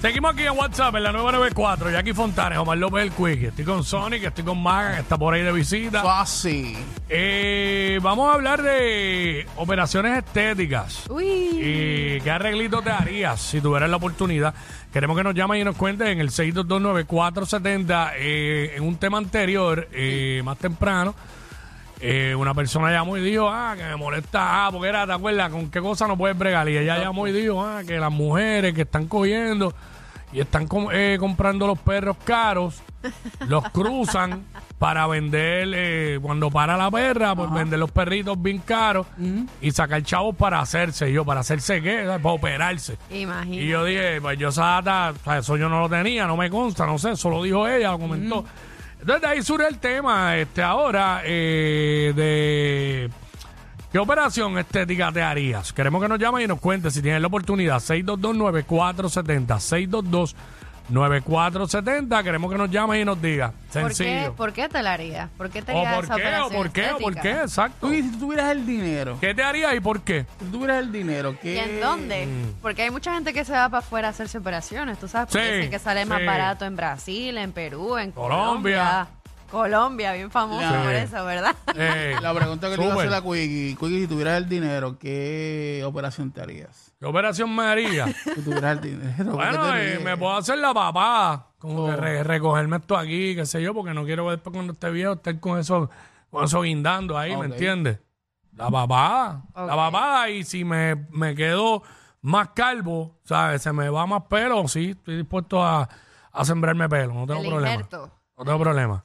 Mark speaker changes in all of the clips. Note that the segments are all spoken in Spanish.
Speaker 1: Seguimos aquí en WhatsApp en la 994. Jackie Fontanes, Omar López el Quick. Estoy con Sonic, estoy con Maga, que está por ahí de visita.
Speaker 2: Fácil.
Speaker 1: Eh, vamos a hablar de operaciones estéticas.
Speaker 3: Uy.
Speaker 1: ¿Y qué arreglito te harías si tuvieras la oportunidad? Queremos que nos llamen y nos cuentes en el 6229470 eh, en un tema anterior, eh, más temprano. eh, una persona llamó y dijo, ah, que me molesta, ah, porque era, ¿te acuerdas? ¿Con qué cosa no puedes bregar? Y ella llamó y dijo, ah, que las mujeres que están cogiendo y están com- eh, comprando los perros caros, los cruzan para vender, eh, cuando para la perra, pues vender los perritos bien caros y sacar chavos para hacerse, y yo, ¿para hacerse qué? Para operarse. Y
Speaker 3: Imagínate.
Speaker 1: yo dije, pues yo esa data, o sea, eso yo no lo tenía, no me consta, no sé, eso lo dijo ella, lo comentó. Entonces de ahí surge el tema, este, ahora, eh, de qué operación estética te harías. Queremos que nos llamen y nos cuentes si tienes la oportunidad. 622-9470, 622-9470. Queremos que nos llamen y nos digas.
Speaker 3: ¿Por qué,
Speaker 1: Sencillo.
Speaker 3: ¿Por qué te la harías? ¿Por qué te
Speaker 1: o
Speaker 3: harías
Speaker 1: por
Speaker 3: esa
Speaker 1: qué, o
Speaker 3: operación
Speaker 1: por qué, o por qué,
Speaker 3: estética?
Speaker 1: exacto.
Speaker 2: Tú, y si tú tuvieras el dinero,
Speaker 1: ¿Qué te harías y por qué?
Speaker 2: si tú tuvieras el dinero, ¿qué?
Speaker 3: ¿Y en dónde?
Speaker 1: Mm.
Speaker 3: Porque hay mucha gente que se va para afuera a hacerse operaciones, tú sabes, porque
Speaker 1: Sí,
Speaker 3: dicen que sale más
Speaker 1: sí.
Speaker 3: barato en Brasil, en Perú, en
Speaker 1: Colombia.
Speaker 3: Colombia. Colombia, bien famoso
Speaker 2: Sí.
Speaker 3: por eso, ¿verdad?
Speaker 1: Eh,
Speaker 2: La pregunta que te iba a
Speaker 1: súper.
Speaker 2: hacer a Quickie, Quickie, si tuvieras el dinero, ¿qué operación te harías?
Speaker 1: ¿Qué operación me harías?
Speaker 2: Si tuvieras el dinero. ¿por qué
Speaker 1: Bueno,
Speaker 2: te
Speaker 1: eh,
Speaker 2: ríes? Oh.
Speaker 1: me puedo hacer la papá, como que re- recogerme esto aquí, qué sé yo, porque no quiero después cuando esté viejo estar con eso, con eso guindando ahí,
Speaker 2: Ok.
Speaker 1: ¿me entiendes? La papá, la
Speaker 3: Ok.
Speaker 1: papá, y si me, me quedo más calvo, ¿sabes? Se me va más pelo, sí, estoy dispuesto a, a sembrarme pelo, no tengo
Speaker 3: El
Speaker 1: problema.
Speaker 3: injerto.
Speaker 1: No tengo problema.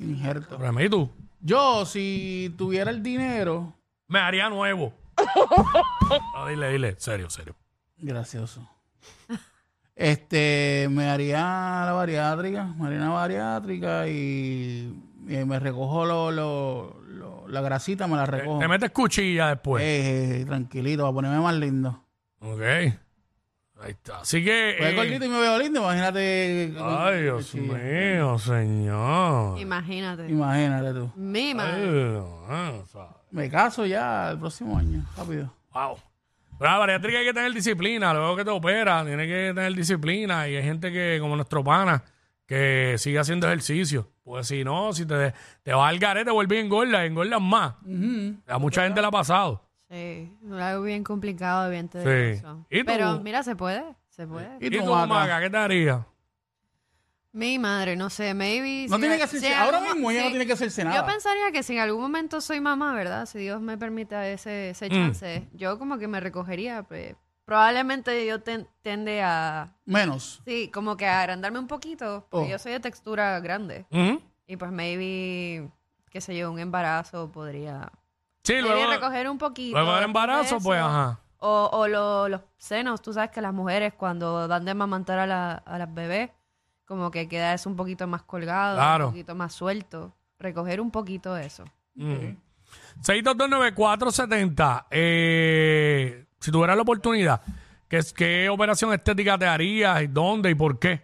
Speaker 2: Injerto.
Speaker 1: problema. ¿Y tú?
Speaker 2: Yo, si tuviera el dinero,
Speaker 1: Me haría nuevo. No, dile, dile, serio, serio.
Speaker 2: gracioso. Este, me haría la bariátrica, me haría una bariátrica y, y me recojo lo, lo- lo- la grasita, me la recojo.
Speaker 1: Te metes cuchilla después.
Speaker 2: Eh, eh, tranquilito, para ponerme más lindo.
Speaker 1: Ok. Ahí está. Así que...
Speaker 2: Pues
Speaker 1: eh,
Speaker 2: gordito y me veo lindo, imagínate. eh,
Speaker 1: Ay, Dios
Speaker 2: Sí,
Speaker 1: mío, señor.
Speaker 3: Imagínate.
Speaker 2: Imagínate tú.
Speaker 3: Mi madre.
Speaker 1: Ay, ah, o sea,
Speaker 2: Me caso ya el próximo año, rápido.
Speaker 1: Wow. Pero la bariátrica hay que tener disciplina, luego que te opera, tiene que tener disciplina y hay gente que, como nuestro pana, que sigue haciendo ejercicio. Pues si no, si te, te vas al garete, vuelves engorda, engordas más. A mucha gente le ha pasado.
Speaker 3: Sí, algo bien complicado, bien te
Speaker 1: Sí.
Speaker 3: digo.
Speaker 1: ¿Y tú?
Speaker 3: Pero mira, se puede, se puede.
Speaker 1: ¿Y tú,
Speaker 2: Maca?
Speaker 1: Maca, qué te harías?
Speaker 3: Mi madre, no sé, maybe.
Speaker 2: No
Speaker 3: si-
Speaker 2: tiene que ser.
Speaker 3: si en
Speaker 2: ahora
Speaker 3: algún-
Speaker 2: mismo ella no
Speaker 3: sí.
Speaker 2: tiene que hacerse
Speaker 3: Yo
Speaker 2: nada.
Speaker 3: pensaría que si en algún momento soy mamá, ¿verdad? Si Dios me permite ese,
Speaker 1: Mm.
Speaker 3: ese chance, yo como que me recogería. pues, probablemente yo ten- tende a,
Speaker 2: Menos.
Speaker 3: sí, como que a agrandarme un poquito, porque
Speaker 2: Oh.
Speaker 3: yo soy de textura grande.
Speaker 1: Ujú.
Speaker 3: Y pues maybe, qué sé yo, un embarazo podría...
Speaker 1: Sí,
Speaker 3: maybe
Speaker 1: luego,
Speaker 3: recoger un poquito.
Speaker 1: luego del
Speaker 3: después de
Speaker 1: embarazo, pues
Speaker 3: eso.
Speaker 1: ajá.
Speaker 3: O, o lo- los senos, tú sabes que las mujeres cuando dan de amamantar a, la- a las bebés, como que queda eso un poquito más colgado,
Speaker 1: Claro.
Speaker 3: un poquito más suelto. Recoger un poquito eso.
Speaker 1: Mm. 6229470. Eh, si tuvieras la oportunidad, ¿qué, ¿qué operación estética te harías? ¿Y dónde? ¿Y por qué?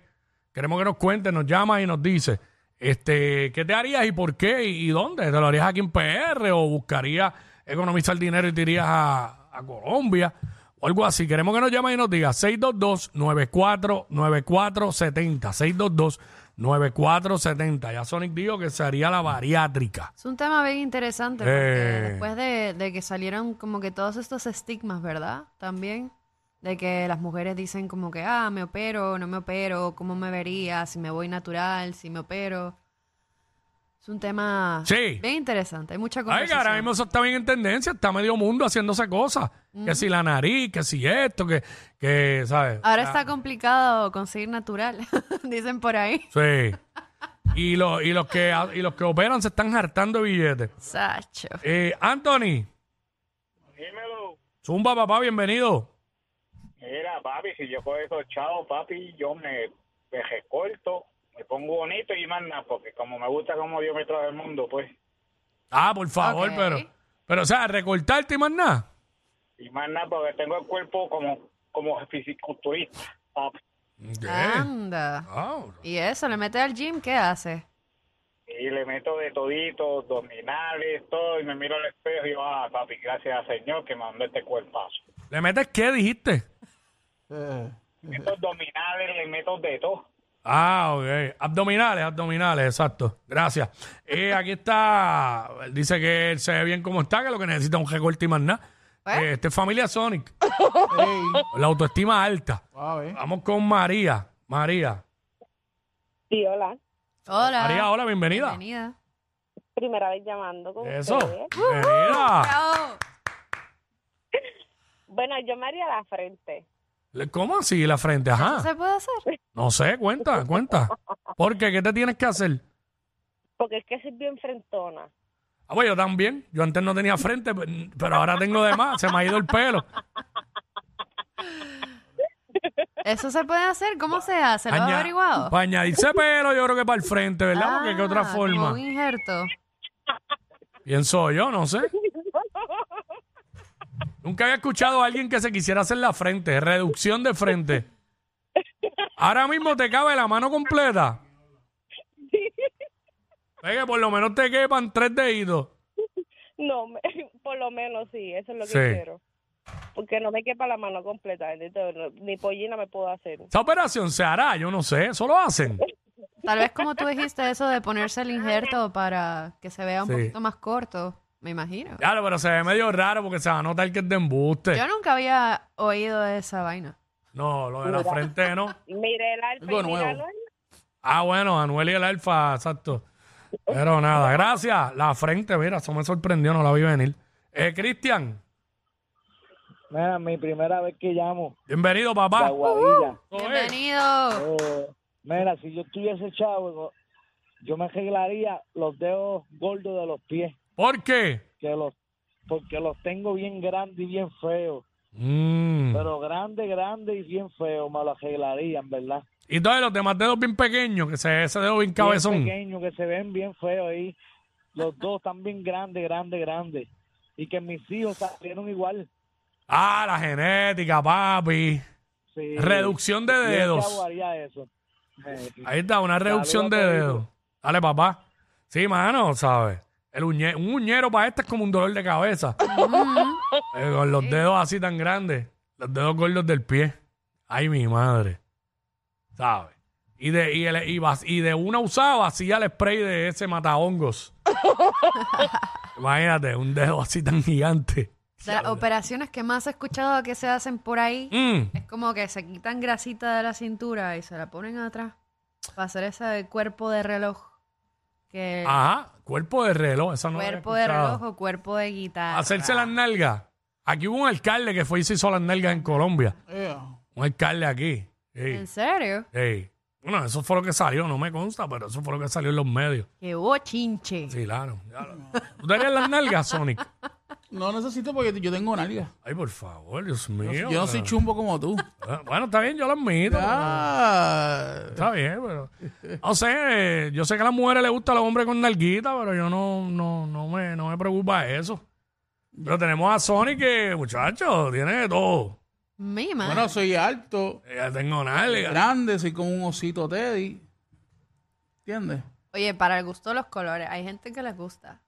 Speaker 1: Queremos que nos cuentes, nos llamas y nos dices este, ¿qué te harías y por qué? ¿Y, y dónde? ¿Te lo harías aquí en PR o buscarías economizar dinero y te irías a, a Colombia? O algo así. Queremos que nos llames y nos digas 622-949470. 622-9470. Ya Sonic dijo que se haría la bariátrica.
Speaker 3: Es un tema bien interesante porque
Speaker 1: Eh.
Speaker 3: después de, de que salieron como que todos estos estigmas, ¿verdad? También de que las mujeres dicen como que, ah, me opero, no me opero, cómo me vería, si me voy natural, si me opero. Es un tema
Speaker 1: Sí.
Speaker 3: bien interesante, hay mucha
Speaker 1: Ay, que
Speaker 3: conversación.
Speaker 1: ahora mismo eso está bien en tendencia, está medio mundo haciéndose cosas. Que si la nariz, que si esto, que, que ¿sabes?
Speaker 3: Ahora está complicado conseguir natural, dicen por ahí.
Speaker 1: Sí. y, lo- y, los que, y los que operan se están hartando de billetes.
Speaker 3: Sacho.
Speaker 1: Eh, Anthony.
Speaker 4: Dímelo.
Speaker 1: Zumba, papá, bienvenido.
Speaker 4: Mira, papi, si yo cojo esos chavos, papi, yo me, me recorto, me pongo bonito y más nada, porque como me gusta como Dios me trae el mundo, pues,
Speaker 1: Ah, por favor,
Speaker 3: Ok.
Speaker 1: pero. Pero, o sea, recortarte y más nada.
Speaker 4: y más nada, porque tengo el cuerpo como, como fisiculturista, papi.
Speaker 1: Ok.
Speaker 3: Anda.
Speaker 1: Ah,
Speaker 3: Y eso, le mete al gym, ¿qué hace?
Speaker 4: Y le meto de todito, dominales, todo, y me miro al espejo y yo, ah, papi, gracias al Señor que me mandó este cuerpazo.
Speaker 1: ¿Le metes qué dijiste?
Speaker 2: Eh,
Speaker 4: métodos dominales, métodos de todo.
Speaker 1: Ah, ok. Abdominales, abdominales, exacto. Gracias. Eh, aquí está. Él Dice que él se ve bien como está, que lo que necesita es un recorte y más nada. Eh, esta es familia Sonic.
Speaker 2: Ey,
Speaker 1: con La autoestima alta.
Speaker 2: suave.
Speaker 1: Vamos con María. María.
Speaker 5: Sí, hola.
Speaker 3: Hola.
Speaker 1: María, hola, bienvenida.
Speaker 3: Bienvenida.
Speaker 5: Primera vez llamando con
Speaker 1: Eso.
Speaker 5: ustedes.
Speaker 1: Bienvenida.
Speaker 3: Bravo.
Speaker 5: Bueno, yo me haría la frente.
Speaker 1: Le- ¿Cómo así la frente?
Speaker 3: ¿Eso
Speaker 1: Ajá.
Speaker 3: se puede hacer?
Speaker 1: No sé, cuenta, cuenta. ¿Por qué? ¿Qué te tienes que hacer?
Speaker 5: Porque es que soy bien frentona.
Speaker 1: Ah, pues yo también. Yo antes no tenía frente, pe- pero ahora tengo de más. Se me ha ido el pelo.
Speaker 3: ¿Eso se puede hacer? ¿Cómo se hace? ¿Lo has
Speaker 1: Aña-
Speaker 3: averiguado?
Speaker 1: Para añadirse pelo, yo creo que para el frente, ¿verdad? Porque qué otra
Speaker 3: Ah, Como
Speaker 1: forma.
Speaker 3: un injerto.
Speaker 1: Pienso yo, no sé. Nunca había escuchado a alguien que se quisiera hacer la frente, reducción de frente. Ahora mismo te cabe la mano completa. Ve que por lo menos te quepan tres deditos.
Speaker 5: No, me- por lo menos sí, eso es lo que
Speaker 1: Sí.
Speaker 5: quiero. Porque no me quepa la mano completa, bendito, no- ni pollina me puedo hacer.
Speaker 1: Esta operación se hará, yo no sé, eso lo hacen.
Speaker 3: Tal vez como tú dijiste eso de ponerse el injerto para que se vea un
Speaker 1: Sí.
Speaker 3: poquito más corto, me imagino.
Speaker 1: Claro, pero se ve medio raro porque se va a notar que es de embuste.
Speaker 3: Yo nunca había oído esa vaina.
Speaker 1: No, lo de la frente no.
Speaker 5: Mire el alfa
Speaker 2: Algo
Speaker 5: y mira,
Speaker 2: nuevo.
Speaker 5: ¿no?
Speaker 1: Ah, bueno, Anuel y el Alfa, exacto. Pero nada, gracias. La frente, mira, eso me sorprendió, no la vi venir. Eh, Cristian,
Speaker 6: Mira, mi primera vez que llamo,
Speaker 1: bienvenido, papá.
Speaker 6: la
Speaker 1: Eso
Speaker 6: guadilla.
Speaker 1: es. Oh,
Speaker 3: Bienvenido.
Speaker 6: Eh, mira, si yo estuviese chavo, yo me arreglaría los dedos gordos de los pies,
Speaker 1: ¿Por qué?
Speaker 6: que los, porque los tengo bien grandes y bien feos.
Speaker 1: Mm.
Speaker 6: Pero grande, grande y bien feo, me los arreglaría, en verdad.
Speaker 1: Y todos los demás dedos bien pequeños, que se, ese dedo bien cabezón.
Speaker 6: Bien pequeños, que se ven bien feos ahí. Los dos también grandes, grandes, grandes. Y que mis hijos salieron igual.
Speaker 1: Ah, la genética, papi.
Speaker 6: Sí.
Speaker 1: Reducción de
Speaker 6: Yo de
Speaker 1: dedos.
Speaker 6: chavo haría eso. Eh,
Speaker 1: Ahí está, una reducción de
Speaker 6: Saludos,
Speaker 1: dedos. Dale, papá. Sí, mano, ¿sabes? El uñe- un uñero para este es como un dolor de cabeza.
Speaker 3: Mm.
Speaker 1: Eh, con los dedos así tan grandes, los dedos gordos del pie. Ay, mi madre. ¿Sabes? Y de, y, el- y, vas- y de una usada vacía el spray de ese matahongos. Imagínate, un dedo así tan gigante.
Speaker 3: De las operaciones que más he escuchado que se hacen por ahí,
Speaker 1: Mm.
Speaker 3: es como que se quitan grasita de la cintura y se la ponen atrás para hacer ese cuerpo de reloj. Que
Speaker 1: Ajá, cuerpo de reloj. Esa Ah, no la había
Speaker 3: Eh. cuerpo de
Speaker 1: escuchado.
Speaker 3: reloj o cuerpo de guitarra.
Speaker 1: Ah, Hacerse las nalgas. Aquí hubo un alcalde que fue y se hizo las nalgas en Colombia.
Speaker 2: Ea.
Speaker 1: Un alcalde aquí. Sí,
Speaker 3: ¿En serio?
Speaker 1: sí. Bueno, eso fue lo que salió, no me consta, pero eso fue lo que salió en los medios.
Speaker 3: ¡Qué bochinche!
Speaker 1: Sí, claro. Ya lo- ¿Tú te harías las nalgas, Sonic?
Speaker 2: No necesito porque yo tengo nalgas.
Speaker 1: Ay, por favor, Dios mío. eh.
Speaker 2: Yo no soy
Speaker 1: pero-
Speaker 2: chumbo como tú.
Speaker 1: Ah, Bueno, está bien, yo lo admito.
Speaker 2: Ah,
Speaker 1: Está bien, pero... No sé, eh, yo sé que a las mujeres les gusta a los hombres con nalguita, pero yo no, no, no, me, no me preocupa eso. Pero tenemos a Sonic que, muchacho, tiene de todo.
Speaker 3: Mi madre.
Speaker 2: bueno, soy alto,
Speaker 1: Ya tengo nalgas.
Speaker 2: grande, soy como un osito Teddy. ¿Entiendes?
Speaker 3: Oye, para el gusto de los colores, hay gente que les gusta.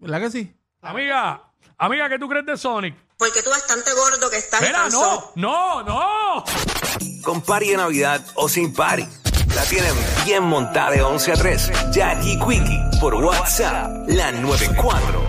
Speaker 2: ¿Verdad que sí?
Speaker 1: Amiga, amiga, ¿qué tú crees de Sonic?
Speaker 7: Porque tú bastante gordo que estás.
Speaker 1: Espera,
Speaker 7: tan
Speaker 1: no, no, no.
Speaker 8: Con party de Navidad o sin party. La tienen bien montada de 11 a 3. Jackie Quickie por WhatsApp. La 94.